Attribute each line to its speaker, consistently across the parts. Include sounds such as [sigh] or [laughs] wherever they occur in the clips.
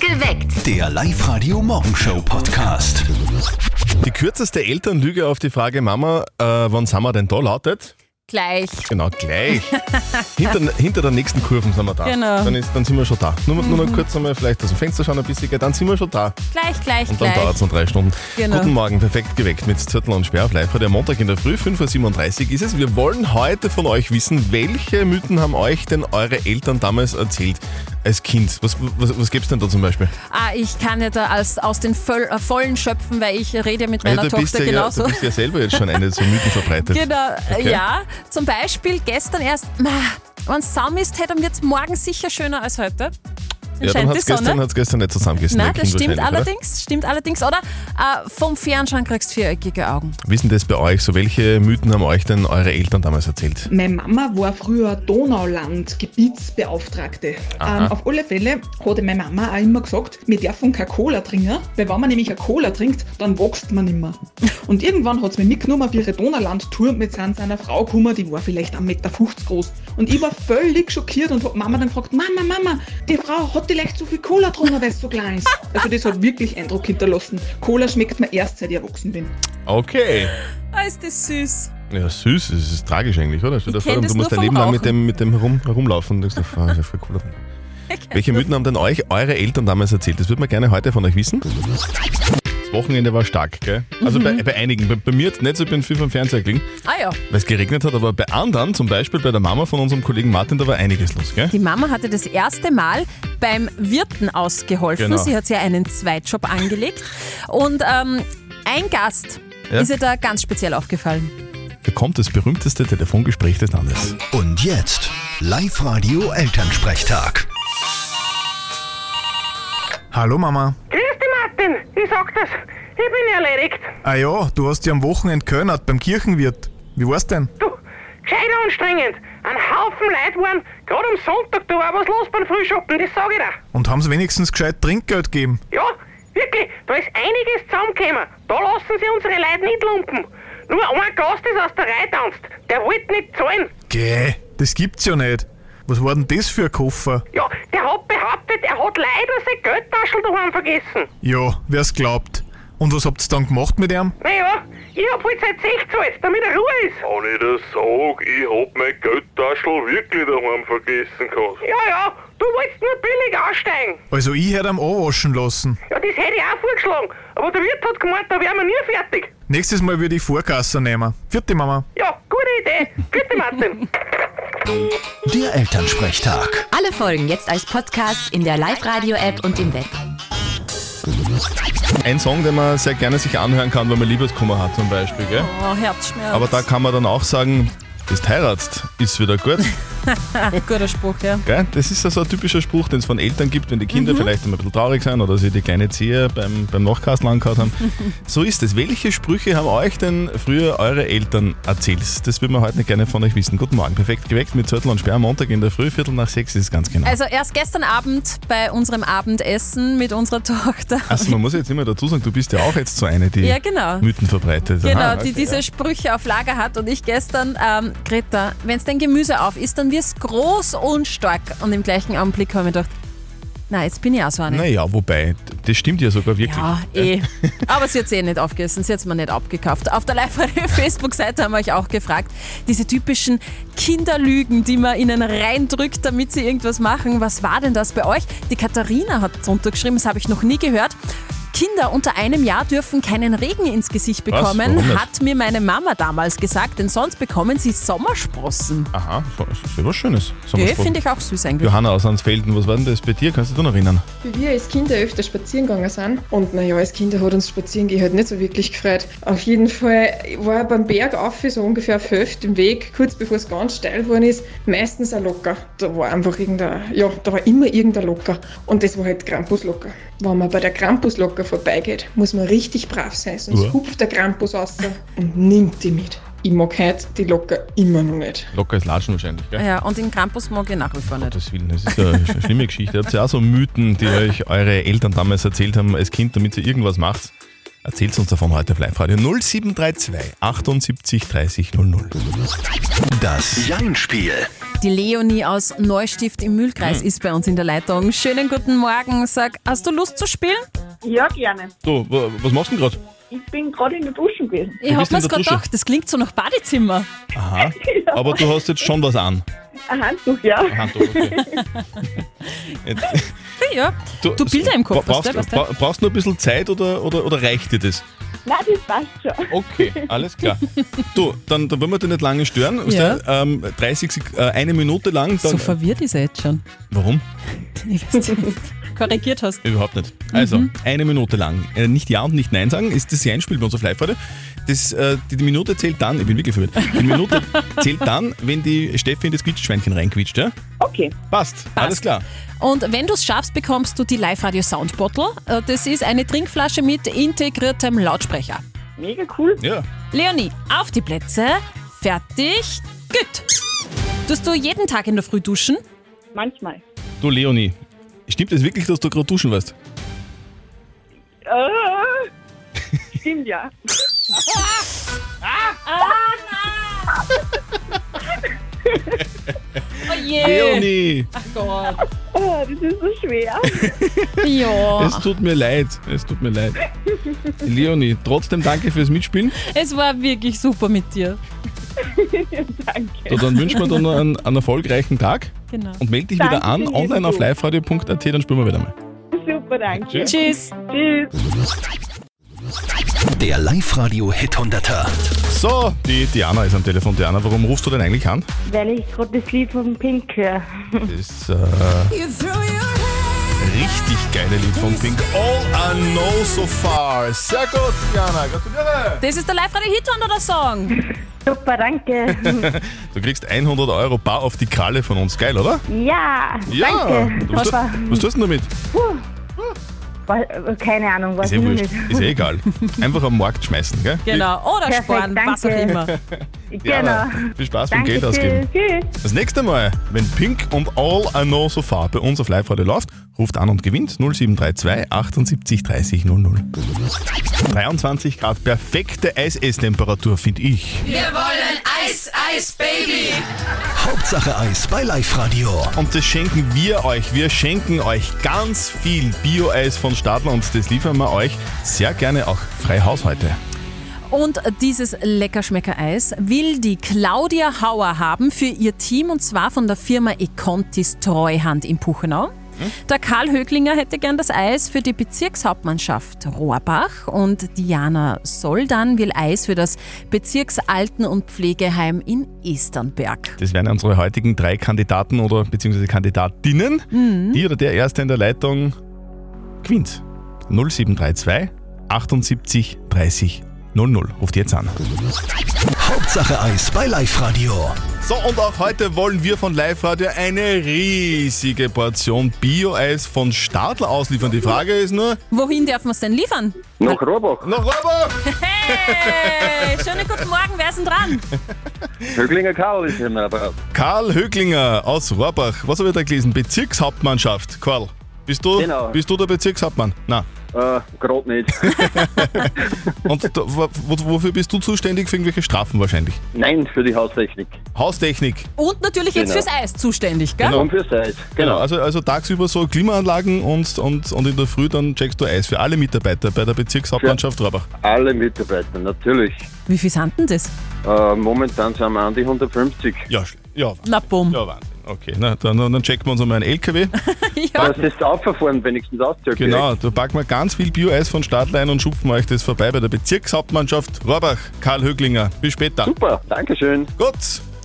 Speaker 1: Geweckt.
Speaker 2: Der Live-Radio-Morgenshow-Podcast.
Speaker 3: Die kürzeste Elternlüge auf die Frage Mama, äh, wann sind wir denn da, lautet?
Speaker 4: Gleich.
Speaker 3: Genau,
Speaker 4: [laughs]
Speaker 3: gleich. hinter, hinter der nächsten Kurve sind wir da.
Speaker 4: Genau. Mhm.
Speaker 3: Dann, ist, dann sind wir schon da. Nur, nur noch kurz einmal vielleicht aus dem Fenster schauen ein bisschen, gell, dann sind wir schon da.
Speaker 4: Gleich, gleich,
Speaker 3: Und dann
Speaker 4: gleich.
Speaker 3: dauert es noch drei Stunden.
Speaker 4: Genau.
Speaker 3: Guten Morgen, perfekt geweckt mit Zettel und Sperr auf live. Heute am Montag in der Früh, 5.37 Uhr ist es. Wir wollen heute von euch wissen, welche Mythen haben euch denn eure Eltern damals erzählt als Kind? Was, was, was gibt's denn da zum Beispiel?
Speaker 4: ah, ich kann ja da als, aus den Völl, äh, Vollen schöpfen, weil ich rede ja mit meiner
Speaker 3: du, bist
Speaker 4: Tochter
Speaker 3: ja, ja,
Speaker 4: genauso.
Speaker 3: du bist ja selber jetzt schon eine so Mythen verbreitet.
Speaker 4: [laughs] Genau, äh,
Speaker 3: Okay.
Speaker 4: ja. Zum Beispiel gestern erst, wenn es Saum ist, hätte wird es morgen sicher schöner als heute. Dann
Speaker 3: Ja, dann
Speaker 4: scheint
Speaker 3: hat
Speaker 4: die
Speaker 3: es
Speaker 4: Sonne.
Speaker 3: gestern, hat's gestern nicht zusammengegessen.
Speaker 4: Nein,
Speaker 3: der
Speaker 4: das
Speaker 3: King
Speaker 4: stimmt
Speaker 3: wahrscheinlich, oder?
Speaker 4: allerdings, stimmt allerdings, oder? Äh, vom Fernschauen kriegst du viereckige Augen.
Speaker 3: Wie ist denn das bei euch? So, welche Mythen haben euch denn eure Eltern damals erzählt?
Speaker 5: Meine Mama war früher Donauland-Gebietsbeauftragte.
Speaker 3: Aha.
Speaker 5: Ähm, auf alle Fälle hatte meine Mama auch immer gesagt, wir dürfen keine Cola trinken, weil wenn man nämlich eine Cola trinkt, dann wächst man nimmer. Und irgendwann hat sie mich mitgenommen auf ihre Donauland-Tour mit seiner- seiner Frau gekommen, die war vielleicht 1,50 Meter groß. Und ich war völlig schockiert und habe Mama dann gefragt, Mama, Mama, die Frau hat vielleicht zu viel Cola getrunken, weil sie so klein ist. Also das hat wirklich Eindruck hinterlassen. Cola schmeckt mir erst, seit ich erwachsen bin.
Speaker 3: Okay.
Speaker 4: Ah, ist das süß.
Speaker 3: Ja, süß, es ist tragisch eigentlich, oder? Stell dir
Speaker 4: Ich
Speaker 3: vor,
Speaker 4: kenn
Speaker 3: du
Speaker 4: das
Speaker 3: musst
Speaker 4: nur
Speaker 3: dein Leben
Speaker 4: vom
Speaker 3: lang mit dem, mit dem herum, herumlaufen. Du denkst, ah, ist ja voll
Speaker 4: [laughs]
Speaker 3: cool. Welche Mythen haben denn euch eure Eltern damals erzählt? Das würde man gerne heute von euch wissen. Das Wochenende war stark, gell? Also bei, bei einigen. Bei, bei mir jetzt nicht so, ich bin viel vom Fernseher gelegen,
Speaker 4: Ah ja,
Speaker 3: weil es geregnet hat, aber bei anderen, zum Beispiel bei der Mama von unserem Kollegen Martin, da war einiges los, gell?
Speaker 4: die Mama hatte das erste Mal beim Wirten ausgeholfen.
Speaker 3: Genau.
Speaker 4: Sie hat ja einen Zweitjob angelegt. Und ähm, ein Gast
Speaker 3: Ja?
Speaker 4: ist ihr da ganz speziell aufgefallen.
Speaker 3: Da kommt das berühmteste Telefongespräch des Landes.
Speaker 2: Und jetzt Live-Radio Elternsprechtag.
Speaker 6: Hallo Mama.
Speaker 7: Grüß dich, Martin. Ich sag das. Ich bin erledigt.
Speaker 6: Ah ja, du hast ja am Wochenende gehörnert beim Kirchenwirt. Wie war's denn?
Speaker 7: Du, gescheit anstrengend. Ein Haufen Leute waren, gerade am Sonntag, da war was los beim Frühschoppen, das sag ich dir.
Speaker 6: Und haben's wenigstens gescheit Trinkgeld gegeben?
Speaker 7: Ja, wirklich, da ist einiges zusammengekommen. Da lassen sie unsere Leute nicht lumpen. Nur ein Gast ist aus der Reihe tanzt. Der wollte nicht zahlen.
Speaker 6: Gäh, das gibt's ja nicht. Was war denn das für ein Koffer?
Speaker 7: Ja, der hat behauptet, er hat leider seine Geldtaschel daheim vergessen.
Speaker 6: Ja, wer's glaubt. Und was habt's dann gemacht mit ihm?
Speaker 7: Naja, ich hab halt seit 6 gezahlt, damit er Ruhe ist.
Speaker 8: Wenn ich das sag, ich hab mein Geldtaschel wirklich daheim vergessen gehabt.
Speaker 7: Ja, ja, du wolltest nur billig aussteigen.
Speaker 6: Also ich hätte ihn anwaschen lassen.
Speaker 7: Ja, das hätte ich auch vorgeschlagen. Aber der Wirt hat gemeint, da wären wir nie fertig.
Speaker 6: Nächstes Mal würde ich Vorkasse nehmen. Vierte Mama.
Speaker 7: Ja, gute Idee. Bitte, Martin.
Speaker 2: Der Elternsprechtag.
Speaker 9: Alle Folgen jetzt als Podcast in der Live-Radio-App und im Web.
Speaker 3: Ein Song, den man sehr gerne sich anhören kann, wenn man Liebeskummer hat zum Beispiel, gell?
Speaker 4: Oh, Herzschmerz.
Speaker 3: Aber da kann man dann auch sagen, bist heiratst, ist wieder
Speaker 6: [laughs]
Speaker 3: gut.
Speaker 4: Oh, Guter Spruch, ja.
Speaker 3: Gell? Das ist ja so ein typischer Spruch, den es von Eltern gibt, wenn die
Speaker 6: Mhm.
Speaker 3: Kinder vielleicht immer ein bisschen traurig sind oder sie die kleine Zehe beim, beim Nachkasten
Speaker 6: [laughs]
Speaker 3: angehört haben. so ist es. Welche Sprüche haben euch denn früher eure Eltern erzählt? Das würden wir heute gerne von euch wissen. Guten Morgen, perfekt geweckt mit Zörtel und Sperr am Montag in der Früh, Viertel nach sechs ist es ganz genau.
Speaker 4: Also erst gestern Abend bei unserem Abendessen mit unserer [laughs] Tochter.
Speaker 3: Also man muss jetzt immer dazu sagen, du bist ja auch jetzt so eine, die
Speaker 4: Ja, genau.
Speaker 3: Mythen verbreitet.
Speaker 4: Genau,
Speaker 3: Aha,
Speaker 4: die
Speaker 3: okay,
Speaker 4: diese
Speaker 3: ja.
Speaker 4: Sprüche auf Lager hat und ich gestern, ähm, Greta, wenn es dein Gemüse auf ist, dann wirst groß und stark. Und im gleichen Augenblick habe ich mir gedacht, na, jetzt bin ich auch so eine.
Speaker 3: Naja, wobei, das stimmt ja sogar wirklich.
Speaker 4: Ja,
Speaker 3: Äh.
Speaker 4: eh. Aber sie hat eh nicht aufgegessen, sie hat es mir nicht abgekauft. Auf der [laughs] Live-Facebook-Seite haben wir euch auch gefragt, diese typischen Kinderlügen, die man ihnen reindrückt, damit sie irgendwas machen. Was war denn das bei euch? Die Katharina hat drunter geschrieben, das habe ich noch nie gehört. Kinder unter einem Jahr dürfen keinen Regen ins Gesicht bekommen,
Speaker 3: Warum nicht?
Speaker 4: hat mir meine Mama damals gesagt, denn sonst bekommen sie Sommersprossen.
Speaker 3: Aha, so- das ist ja was Schönes.
Speaker 4: Gell, finde ich auch süß eigentlich.
Speaker 3: Johanna aus Ansfelden, was war denn das bei dir? Kannst du dich noch erinnern?
Speaker 10: Wie wir als Kinder öfter spazieren gegangen sind. Und naja, als Kinder hat uns spazieren gehen halt nicht so wirklich gefreut. Auf jeden Fall war er beim Berg auf, so ungefähr auf Hälfte im Weg, kurz bevor es ganz steil geworden ist, meistens ein Locker. Da war einfach irgendein, ja, da war immer irgendein Locker. Und das war halt Krampuslocker. Wenn man bei der Krampuslocker vorbeigeht, muss man richtig brav sein, sonst
Speaker 3: Ja.
Speaker 10: hupft der Krampus raus und nimmt die mit. Ich mag heute die Locker immer noch nicht.
Speaker 3: Locker ist Latschen wahrscheinlich, gell? Um
Speaker 4: Ja, und in Krampus mag ich nach wie vor nicht.
Speaker 3: Gottes Willen, das ist ja eine schlimme Geschichte. Ihr habt ja auch so Mythen, die euch eure Eltern damals erzählt haben als Kind, damit ihr irgendwas macht. Erzählt uns davon heute auf Live-Radio 0732 78 30 00.
Speaker 2: Das Jein-Spiel.
Speaker 4: Die Leonie aus Neustift im Mühlkreis
Speaker 3: Hm.
Speaker 4: ist bei uns in der Leitung. Schönen guten Morgen. Sag, hast du Lust zu spielen?
Speaker 1: [laughs] Ja, gerne.
Speaker 3: So, wa- was machst du denn gerade?
Speaker 1: Ich bin gerade in der Dusche gewesen.
Speaker 4: Ich hab
Speaker 3: bist in der
Speaker 4: mir's gerade
Speaker 3: Dusche.
Speaker 4: gedacht, das klingt so nach Badezimmer.
Speaker 3: Aha.
Speaker 1: Ja.
Speaker 3: Aber du hast jetzt schon was
Speaker 4: [laughs]
Speaker 3: an.
Speaker 1: Ein Handtuch, ja.
Speaker 3: Handtuch, okay. Jetzt-
Speaker 4: Hm, Ja, du Bilder im Kopf
Speaker 3: bra- brauchst,
Speaker 4: hast, gell, was
Speaker 3: bra- brauchst du noch ein bisschen Zeit oder, oder, oder reicht dir das?
Speaker 1: Nein, das passt schon.
Speaker 3: Okay, alles klar. [laughs] Du, dann, dann wollen wir dich nicht lange stören. weißt
Speaker 4: Ja.
Speaker 3: du, Ähm, 30, Sek- äh, eine Minute lang. Dann,
Speaker 4: So verwirrt ist er jetzt schon.
Speaker 3: warum?
Speaker 4: [laughs] Ich weiß nicht. Korrigiert hast.
Speaker 3: Überhaupt nicht. Also,
Speaker 4: Mhm.
Speaker 3: eine Minute lang. Äh, nicht Ja und nicht Nein sagen ist das Jeinspiel bei uns auf live heute. Das, äh, die, die Minute zählt dann, ich bin wirklich verwirrt, die
Speaker 4: [laughs]
Speaker 3: Minute zählt dann, wenn die Steffi in das Quietschschweinchen reinquietscht, ja?
Speaker 1: Okay.
Speaker 3: Passt, alles klar.
Speaker 4: Und wenn du es schaffst, bekommst du die Live-Radio Sound Bottle. Äh, Das ist eine Trinkflasche mit integriertem Lautsprecher.
Speaker 1: Mega cool.
Speaker 3: Ja.
Speaker 4: Leonie, auf die Plätze. Fertig. Gut. Tust du jeden Tag in der Früh duschen?
Speaker 1: Manchmal.
Speaker 3: Du, Leonie, stimmt es wirklich, dass du gerade duschen warst?
Speaker 1: Äh, stimmt ja.
Speaker 4: [laughs] Oh je.
Speaker 3: Leonie,
Speaker 4: Gott.
Speaker 1: Oh, das ist so schwer.
Speaker 4: Ja.
Speaker 3: es tut mir leid, es tut mir leid. Leonie, trotzdem danke fürs Mitspielen.
Speaker 4: Es war wirklich super mit dir.
Speaker 3: So, dann wünschen wir dir noch einen, einen erfolgreichen Tag
Speaker 4: Genau.
Speaker 3: und melde dich wieder
Speaker 1: Danke
Speaker 3: an,
Speaker 1: für die
Speaker 3: online auf
Speaker 1: Info.
Speaker 3: liveradio.at, dann spielen wir wieder mal.
Speaker 1: Super, danke.
Speaker 3: Tschüss.
Speaker 4: Tschüss.
Speaker 1: Tschüss.
Speaker 2: Der Live-Radio-Hit 100er.
Speaker 3: So, die Diana ist am Telefon. Diana, warum rufst du denn eigentlich an?
Speaker 11: Weil ich gerade das Lied von Pink höre.
Speaker 3: Das ist äh, richtig geile Lied von Pink. All I know so far. Sehr gut, Diana. Gratuliere.
Speaker 4: Das ist der Live-Radio-Hit oder Song.
Speaker 11: Super, danke.
Speaker 3: Du kriegst 100 Euro bar auf die Kralle von uns. Geil, oder?
Speaker 11: ja, danke.
Speaker 3: Du, was, tu-
Speaker 11: Super.
Speaker 3: was tust du denn damit?
Speaker 11: Wa- Keine Ahnung, was
Speaker 3: Ist eh
Speaker 11: ich
Speaker 3: wurscht.
Speaker 11: nicht.
Speaker 3: Ist eh egal. Einfach am Markt schmeißen, gell?
Speaker 4: Genau. Oder
Speaker 11: Perfekt,
Speaker 4: sparen, was auch
Speaker 11: danke.
Speaker 4: immer.
Speaker 3: Diana,
Speaker 11: Genau.
Speaker 3: Viel Spaß beim
Speaker 11: Danke,
Speaker 3: Geld ausgeben.
Speaker 11: tschüss. tschüss.
Speaker 3: Das nächste Mal, wenn Pink und All I Know So Far bei uns auf Live-Radio läuft, ruft an und gewinnt 0732 78 30 00. 23 Grad, perfekte Eis-Temperatur, finde ich.
Speaker 2: Hauptsache Eis bei Live-Radio.
Speaker 3: Und das schenken wir euch. Wir schenken euch ganz viel Bio-Eis von Stadler und das liefern wir euch sehr gerne auch frei Haus heute.
Speaker 4: Und dieses Leckerschmecker-Eis will die Claudia Hauer haben für ihr Team und zwar von der Firma Econtis Treuhand in Puchenau.
Speaker 11: Hm?
Speaker 4: Der Karl Höglinger hätte gern das Eis für die Bezirkshauptmannschaft Rohrbach und Diana Soldan will Eis für das Bezirksalten- und Pflegeheim in Esternberg.
Speaker 3: Das wären unsere heutigen drei Kandidaten oder beziehungsweise Kandidatinnen. Die oder der Erste in der Leitung gewinnt. 0732 78 30 00. Ruft jetzt an.
Speaker 2: Hauptsache Eis bei Live-Radio.
Speaker 3: So, und auch heute wollen wir von Live Radio eine riesige Portion Bio-Eis von Stadler ausliefern. Die Frage ist nur,
Speaker 4: Wohin dürfen wir es denn liefern?
Speaker 8: Nach Rohrbach.
Speaker 3: noch Robert!
Speaker 4: Hey, schönen guten Morgen, wer ist denn dran?
Speaker 8: Höglinger Karl ist immer drauf.
Speaker 3: Karl Höglinger aus Rohrbach. Was habe ich da gelesen? Bezirkshauptmannschaft. Karl, bist du,
Speaker 8: Genau.
Speaker 3: bist du der Bezirkshauptmann? Na.
Speaker 8: Äh, gerade nicht.
Speaker 3: Und da, wo, wo- wofür bist du zuständig? Für irgendwelche Strafen wahrscheinlich.
Speaker 8: Nein, für die Haustechnik.
Speaker 3: Haustechnik.
Speaker 4: Und natürlich jetzt
Speaker 8: Genau.
Speaker 4: fürs Eis zuständig, gell?
Speaker 8: Und fürs Eis. Genau.
Speaker 3: Also, also tagsüber so Klimaanlagen und, und, und in der Früh dann checkst du Eis für alle Mitarbeiter bei der Bezirkshauptmannschaft Rohrbach.
Speaker 8: Alle Mitarbeiter, natürlich.
Speaker 4: Wie viel sind denn das?
Speaker 8: Äh, momentan sind wir an die 150.
Speaker 3: Ja, sch- ja, Wahnsinn.
Speaker 4: Na bumm.
Speaker 3: Ja, Wahnsinn. Okay, na, dann, dann checken wir uns einmal einen LKW.
Speaker 4: Ja.
Speaker 12: Also-
Speaker 8: Das ist Aufverfahren wenigstens auszählt.
Speaker 3: Genau, da packen wir ganz viel Bio-Eis von Stadler ein und schupfen euch das vorbei bei der Bezirkshauptmannschaft Rohrbach. Karl Höglinger, bis später.
Speaker 8: Super, Dankeschön.
Speaker 3: Gut.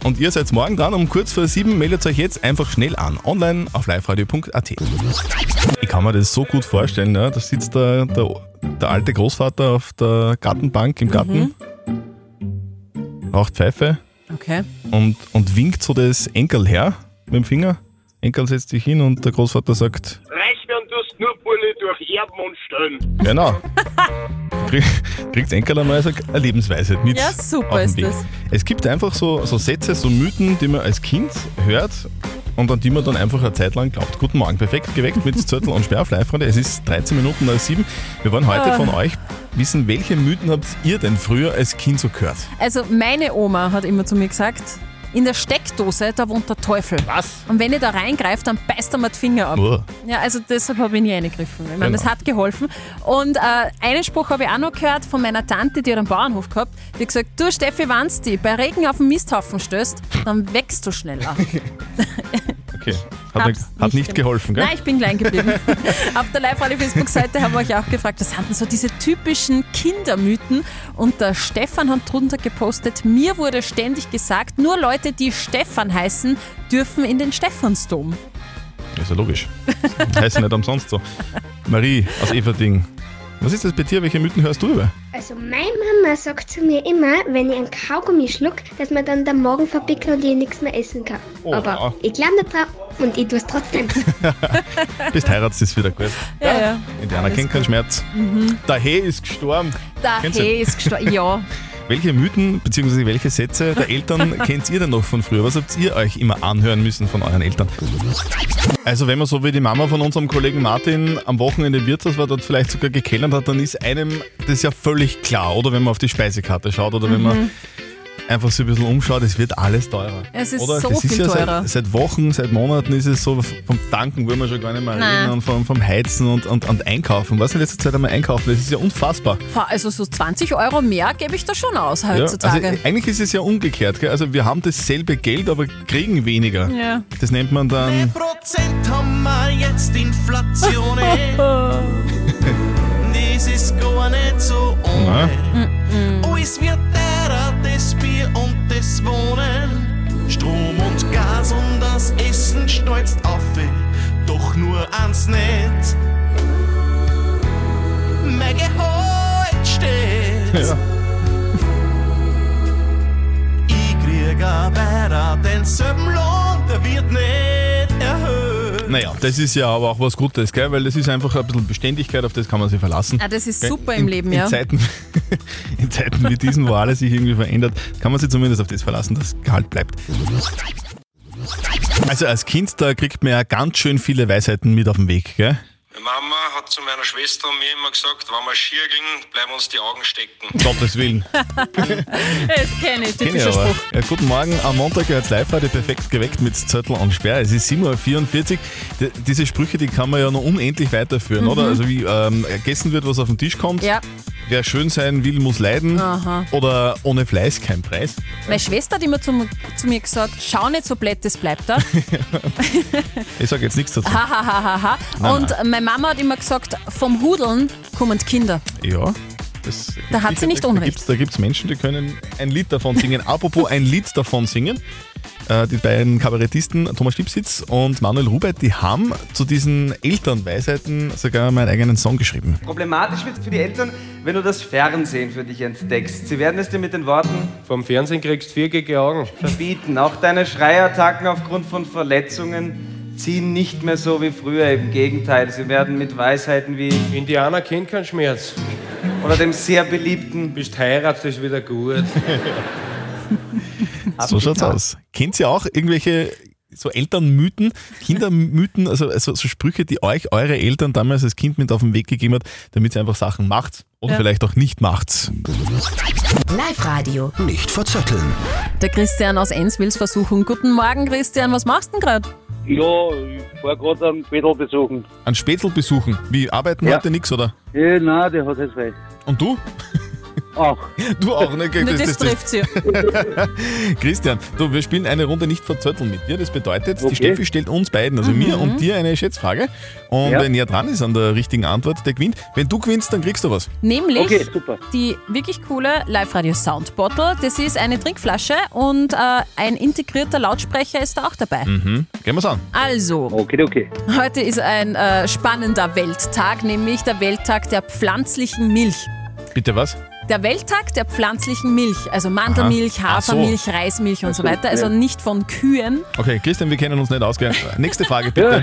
Speaker 3: Und ihr seid morgen dran um kurz vor sieben. Meldet euch jetzt einfach schnell an. Online auf liveradio.at. Ich kann mir das so gut vorstellen. Ja. Da sitzt der, der, der alte Großvater auf der Gartenbank im Garten, raucht Pfeife
Speaker 4: Okay.
Speaker 3: und, und winkt so das Enkel her mit dem Finger. Enkel setzt sich hin und der Großvater sagt,
Speaker 7: Reich werden tust nur Bulle durch Erben und Stellen.
Speaker 3: Genau. Krieg- Kriegt Enkel einmal so eine Lebensweisheit mit.
Speaker 4: Ja, super
Speaker 3: auf den
Speaker 4: ist
Speaker 3: Weg.
Speaker 4: das.
Speaker 3: Es gibt einfach so, so Sätze, so Mythen, die man als Kind hört und an die man dann einfach eine Zeit lang glaubt. Guten Morgen, perfekt geweckt mit Zettel und Sperr auf Live-Freunde. Es ist 13 Minuten nach 7. Wir wollen heute
Speaker 4: Ah.
Speaker 3: von euch wissen, welche Mythen habt ihr denn früher als Kind so gehört?
Speaker 4: Also meine Oma hat immer zu mir gesagt, in der Steckdose, da wohnt der Teufel.
Speaker 3: Was?
Speaker 4: Und wenn ihr da reingreift, dann beißt er mir die Finger ab.
Speaker 3: Uah.
Speaker 4: Ja, also deshalb habe ich nie reingegriffen. Ich meine,
Speaker 3: Genau.
Speaker 4: das hat geholfen. Und äh, einen Spruch habe ich auch noch gehört von meiner Tante, die hat einen Bauernhof gehabt, die hat gesagt, du Steffi, wenn's die bei Regen auf den Misthaufen stößt, dann wächst du schneller.
Speaker 3: Okay, hat,
Speaker 4: Hab's
Speaker 3: nicht, hat nicht geholfen, gell?
Speaker 4: Nein, ich bin klein geblieben. [laughs] Auf der Live-Radio-Facebook-Seite haben wir euch auch gefragt, was sind denn so diese typischen Kindermythen? Und der Stefan hat drunter gepostet, mir wurde ständig gesagt, nur Leute, die Stefan heißen, dürfen in den Stephansdom.
Speaker 3: Ist ja logisch. Heißt ja nicht umsonst so. Marie aus Everding. Was ist das bei dir? Welche Mythen hörst du über?
Speaker 13: Also meine Mama sagt zu mir immer, wenn ich einen Kaugummi schluck, dass man dann den Morgen verpicken und ich nichts mehr essen kann.
Speaker 3: Oh,
Speaker 13: Aber
Speaker 3: ja.
Speaker 13: ich glaube nicht drauf und ich tue es
Speaker 3: [laughs]
Speaker 13: trotzdem.
Speaker 3: Bist heiratet, ist wieder gut.
Speaker 4: Ja, ja.
Speaker 3: Indianer kennt keinen Schmerz.
Speaker 4: Mhm.
Speaker 3: Der He ist gestorben.
Speaker 4: Der
Speaker 3: Kennst du?
Speaker 4: He ist gestorben. Ja.
Speaker 3: Welche Mythen bzw. welche Sätze der [laughs] Eltern kennt ihr denn noch von früher? Was habt ihr euch immer anhören müssen von euren Eltern? Also wenn man so wie die Mama von unserem Kollegen Martin am Wochenende im Wirtshaus war, dort vielleicht sogar gekellert hat, dann ist einem das ja völlig klar. Oder wenn man auf die Speisekarte schaut oder wenn man
Speaker 4: Mhm.
Speaker 3: einfach so ein bisschen umschaut, es wird alles teurer.
Speaker 4: Es ist
Speaker 3: oder?
Speaker 4: so
Speaker 3: das ist
Speaker 4: viel
Speaker 3: ja
Speaker 4: teurer.
Speaker 3: Seit, seit Wochen, seit Monaten ist es so, vom Tanken wollen wir schon gar nicht mehr
Speaker 4: Nein.
Speaker 3: reden und vom, vom Heizen und, und, und Einkaufen. Was in letzter Zeit einmal einkaufen, das ist ja unfassbar.
Speaker 4: Pah, Also so 20 Euro mehr gebe ich da schon aus heutzutage.
Speaker 3: Ja, also eigentlich ist es ja umgekehrt. Gell? Also wir haben dasselbe Geld, aber kriegen weniger.
Speaker 4: Ja.
Speaker 3: Das nennt man dann...
Speaker 14: Prozent haben wir jetzt Inflation. eh. das ist gar nicht so
Speaker 3: Na?
Speaker 14: ohne. Alles wird teurer, das Bier und das Wohnen. Strom und Gas und das Essen schneuzt auf. eh. Doch nur ans Netz. Mein Gehalt steht.
Speaker 3: Ja.
Speaker 14: Ich krieg ein Beirat, denselben Lohn, der wird nicht erhöht.
Speaker 3: Naja, das ist ja aber auch was Gutes, gell? weil das ist einfach ein bisschen Beständigkeit, auf das kann man sich verlassen.
Speaker 4: Ah, das ist
Speaker 3: Gell?
Speaker 4: super im
Speaker 3: in,
Speaker 4: Leben,
Speaker 3: in
Speaker 4: ja.
Speaker 3: Zeiten, [laughs] in Zeiten wie diesen, wo alles sich irgendwie verändert, kann man sich zumindest auf das verlassen, dass Gehalt bleibt. Also als Kind, da kriegt man ja ganz schön viele Weisheiten mit auf den Weg, gell?
Speaker 12: Meine Mama hat zu meiner Schwester und mir immer gesagt, wenn wir schirgeln, bleiben uns die Augen stecken.
Speaker 3: Um Gottes Willen.
Speaker 4: das kenne ich,
Speaker 3: Kenn ich
Speaker 4: typischer
Speaker 3: aber.
Speaker 4: Spruch.
Speaker 3: Ja, guten Morgen, am Montag gehört live heute perfekt geweckt mit Zettel und Sperr. Es ist 7.44 Uhr. D diese Sprüche, die kann man ja noch unendlich weiterführen,
Speaker 4: Mhm.
Speaker 3: oder? Also wie ähm, gegessen wird, was auf den Tisch kommt.
Speaker 4: Ja.
Speaker 3: Wer schön sein will, muss leiden.
Speaker 4: Aha.
Speaker 3: Oder ohne Fleiß kein Preis.
Speaker 4: Meine Schwester hat immer zum, zu mir gesagt, schau nicht so blöd, das bleibt da.
Speaker 3: Ich sage jetzt nichts dazu.
Speaker 4: Ha, ha, ha, ha, ha.
Speaker 3: Nein,
Speaker 4: und meine Mama hat immer gesagt, vom Hudeln kommen die Kinder.
Speaker 3: Ja. Das
Speaker 4: Da hat sie nicht
Speaker 3: da
Speaker 4: Unrecht.
Speaker 3: Gibt's, da gibt es Menschen, die können ein Lied davon singen. [laughs] Apropos ein Lied davon singen. Äh, Die beiden Kabarettisten Thomas Stipsitz und Manuel Rubert, die haben zu diesen Elternweisheiten sogar meinen eigenen Song geschrieben.
Speaker 15: Problematisch wird es für die Eltern, wenn du das Fernsehen für dich entdeckst. Sie werden es dir mit den Worten
Speaker 16: Vom Fernsehen kriegst viergige Augen.
Speaker 15: verbieten. Auch deine Schreiattacken aufgrund von Verletzungen ziehen nicht mehr so wie früher. Im Gegenteil, sie werden mit Weisheiten wie Indianer kennt keinen Schmerz. Oder dem sehr beliebten Bist heirat, ist wieder gut.
Speaker 3: So schaut's aus. Kennt ihr auch irgendwelche so Elternmythen, Kindermythen, also, also so Sprüche, die euch eure Eltern damals als Kind mit auf den Weg gegeben hat, damit ihr einfach Sachen macht oder
Speaker 4: Ja.
Speaker 3: vielleicht auch nicht macht?
Speaker 9: Live Radio.
Speaker 2: Nicht verzetteln.
Speaker 4: Der Christian aus Enns will's versuchen. Guten Morgen, Christian, was machst du denn gerade?
Speaker 17: Ja, ich war gerade einen Pedal besuchen.
Speaker 3: An Spätzl besuchen. Wie arbeiten
Speaker 17: Ja.
Speaker 3: heute nichts, oder?
Speaker 17: Ja, nein, der hat jetzt frei.
Speaker 3: Und du?
Speaker 17: Auch.
Speaker 3: Du auch, ne?
Speaker 17: Ne, das trifft
Speaker 3: [laughs]
Speaker 4: sie.
Speaker 3: Christian, du, wir spielen eine Runde nicht verzötteln mit dir. Das bedeutet, die
Speaker 17: Okay.
Speaker 3: Steffi stellt uns beiden, also mir und dir, eine Schätzfrage. Und
Speaker 17: Ja.
Speaker 3: wer näher dran ist an der richtigen Antwort, der gewinnt. Wenn du gewinnst, dann kriegst du was.
Speaker 4: Nämlich
Speaker 3: Okay, super.
Speaker 4: die wirklich coole Live-Radio Sound Bottle. Das ist eine Trinkflasche und äh, ein integrierter Lautsprecher ist da auch dabei.
Speaker 3: Mhm. Gehen wir's an.
Speaker 4: Also.
Speaker 17: Okay,
Speaker 15: [laughs]
Speaker 17: okay.
Speaker 4: Heute ist ein äh, spannender Welttag, nämlich der Welttag der pflanzlichen Milch.
Speaker 3: Bitte was?
Speaker 4: Der Welttag der pflanzlichen Milch, also Mandelmilch,
Speaker 3: Aha. Ach so.
Speaker 4: Hafermilch, Reismilch und so weiter, also nicht von Kühen.
Speaker 3: Okay, Christian, wir kennen uns nicht
Speaker 17: [laughs]
Speaker 3: ausgehen. Nächste Frage, bitte.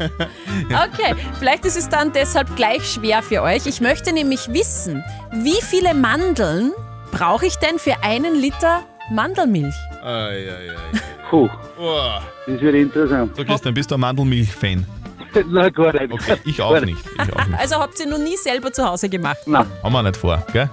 Speaker 4: Okay, vielleicht ist es dann deshalb gleich schwer für euch. Ich möchte nämlich wissen, wie viele Mandeln brauche ich denn für einen Liter Mandelmilch?
Speaker 3: Ei, ei, ei, ei.
Speaker 17: Puh,
Speaker 3: Boah.
Speaker 17: das wird interessant.
Speaker 3: So, Christian, bist du ein Mandelmilch-Fan?
Speaker 17: [laughs] Na, gar nicht.
Speaker 3: Okay, ich auch nicht. Ich auch nicht.
Speaker 4: Also habt ihr noch nie selber zu Hause gemacht?
Speaker 17: Nein.
Speaker 3: Haben wir nicht vor, gell?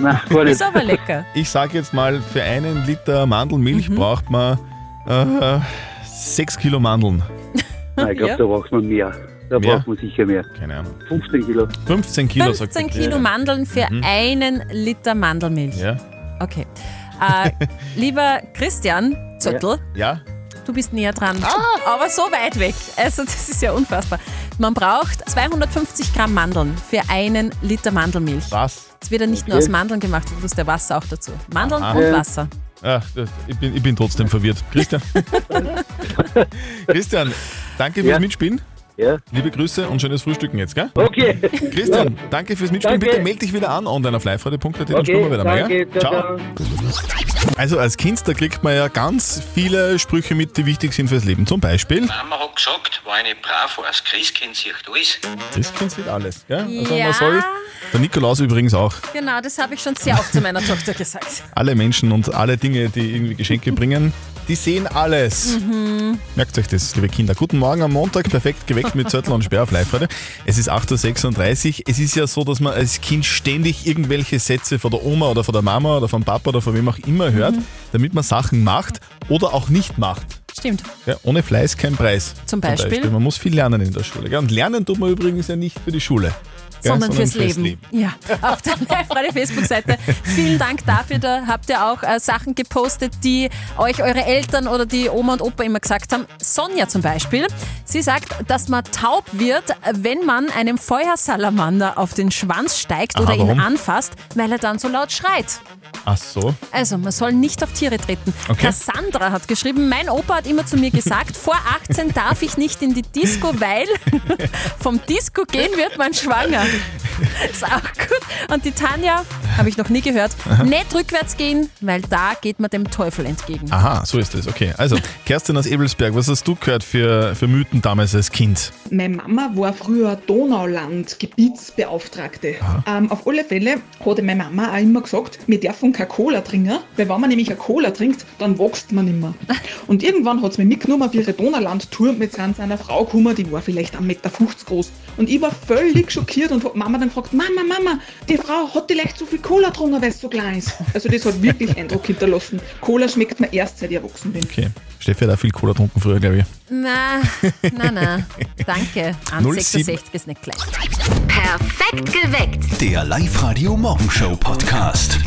Speaker 17: Nein,
Speaker 4: Ist aber lecker.
Speaker 3: Ich sag jetzt mal, für einen Liter Mandelmilch braucht man äh, 6 Kilo Mandeln.
Speaker 17: [laughs] Nein, ich glaube,
Speaker 4: Ja.
Speaker 17: da braucht man mehr. Da
Speaker 3: Mehr?
Speaker 17: braucht man sicher mehr.
Speaker 3: Keine Ahnung.
Speaker 17: 15 Kilo.
Speaker 3: 15 Kilo, sagt
Speaker 4: 15
Speaker 3: die
Speaker 4: Kilo
Speaker 3: Christian.
Speaker 4: Mandeln für
Speaker 3: Mhm.
Speaker 4: einen Liter Mandelmilch.
Speaker 3: Ja.
Speaker 4: Okay.
Speaker 3: [laughs]
Speaker 4: Äh, lieber Christian Zöttl,
Speaker 3: Ja?
Speaker 4: du bist näher dran.
Speaker 17: Ah!
Speaker 4: Aber so weit weg. Also, das ist ja unfassbar. Man braucht 250 Gramm Mandeln für einen Liter Mandelmilch.
Speaker 3: Was?
Speaker 4: Es wird ja nicht nur
Speaker 3: Okay.
Speaker 4: aus Mandeln gemacht, du tust ja Wasser auch dazu. Mandeln
Speaker 3: Aha.
Speaker 4: und Wasser.
Speaker 3: Ach, das- ich bin, ich bin trotzdem verwirrt.
Speaker 17: [laughs]
Speaker 3: Christian. Christian, danke fürs Mitspielen.
Speaker 17: Ja.
Speaker 3: Liebe Grüße und schönes Frühstücken jetzt, gell?
Speaker 17: Okay.
Speaker 3: Christian, danke fürs Mitspielen.
Speaker 17: Danke.
Speaker 3: Bitte melde dich wieder an online auf livefreude.at, dann
Speaker 17: Okay,
Speaker 3: spielen wir wieder mal,
Speaker 17: danke,
Speaker 3: gell?
Speaker 17: ciao,
Speaker 3: Also als Kind, da kriegt man ja ganz viele Sprüche mit, die wichtig sind fürs Leben. Zum Beispiel,
Speaker 12: Mama hat gesagt, war eine brav, als Christkind sieht alles.
Speaker 3: Christkind sieht alles, gell? Also
Speaker 4: Ja.
Speaker 3: man soll, der Nikolaus übrigens auch,
Speaker 4: Genau, das habe ich schon sehr oft zu meiner
Speaker 3: [laughs]
Speaker 4: Tochter gesagt.
Speaker 3: alle Menschen und alle Dinge, die irgendwie Geschenke bringen, die sehen alles.
Speaker 4: Mhm.
Speaker 3: Merkt euch das, liebe Kinder. Guten Morgen am Montag, perfekt geweckt mit Zettel und Sperr auf Live-Radio. Es ist 8.36 Uhr. Es ist ja so, dass man als Kind ständig irgendwelche Sätze von der Oma oder von der Mama oder vom Papa oder von wem auch immer hört,
Speaker 4: Mhm.
Speaker 3: damit man Sachen macht oder auch nicht macht.
Speaker 4: Stimmt.
Speaker 3: Ja, ohne Fleiß kein Preis.
Speaker 4: Zum Beispiel?
Speaker 3: Man muss viel lernen in der Schule. Gell? Und lernen tut man übrigens ja nicht für die Schule. gell,
Speaker 4: sondern fürs Leben. Ja, auf der [laughs] live Facebook-Seite. Vielen Dank dafür. Da habt ihr auch äh, Sachen gepostet, die euch eure Eltern oder die Oma und Opa immer gesagt haben. Sonja zum Beispiel. Sie sagt, dass man taub wird, wenn man einem Feuersalamander auf den Schwanz steigt
Speaker 3: Aha,
Speaker 4: oder ihn
Speaker 3: warum?
Speaker 4: anfasst, weil er dann so laut schreit.
Speaker 3: Ach so.
Speaker 4: Also, man soll nicht auf Tiere treten.
Speaker 3: Okay.
Speaker 4: Cassandra hat geschrieben, mein Opa hat immer zu mir gesagt, vor 18 darf ich nicht in die Disco, weil [laughs] vom Disco gehen wird man schwanger. Ist auch gut. Und die Tanja, habe ich noch nie gehört,
Speaker 3: Aha.
Speaker 4: nicht rückwärts gehen, weil da geht man dem Teufel entgegen.
Speaker 3: Aha, so ist es. Okay. Also, Kerstin aus Ebelsberg, was hast du gehört für, für Mythen damals als Kind?
Speaker 5: Meine Mama war früher Donauland-Gebietsbeauftragte. Ähm, auf alle Fälle hatte meine Mama auch immer gesagt, wir dürfen keine Cola trinken, weil wenn man nämlich eine Cola trinkt, dann wächst man nicht mehr. Und irgendwann hat sie mich mitgenommen auf ihre Donauland-Tour mit seiner- seiner Frau gekommen, die war vielleicht 1,50 Meter groß. Und ich war völlig schockiert und hab Mama dann gefragt, Mama, Mama, die Frau hat vielleicht zu viel Cola getrunken, weil sie so klein ist. Also das hat wirklich Eindruck hinterlassen. Cola schmeckt mir erst, seit ich erwachsen bin.
Speaker 3: Okay. Steffi hat auch viel Cola getrunken früher, glaube ich.
Speaker 4: Na, na, na.
Speaker 3: [laughs]
Speaker 4: Danke. An
Speaker 3: 07.
Speaker 4: 66 ist nicht gleich.
Speaker 9: Perfekt geweckt.
Speaker 2: Der Live-Radio Morgenshow Podcast.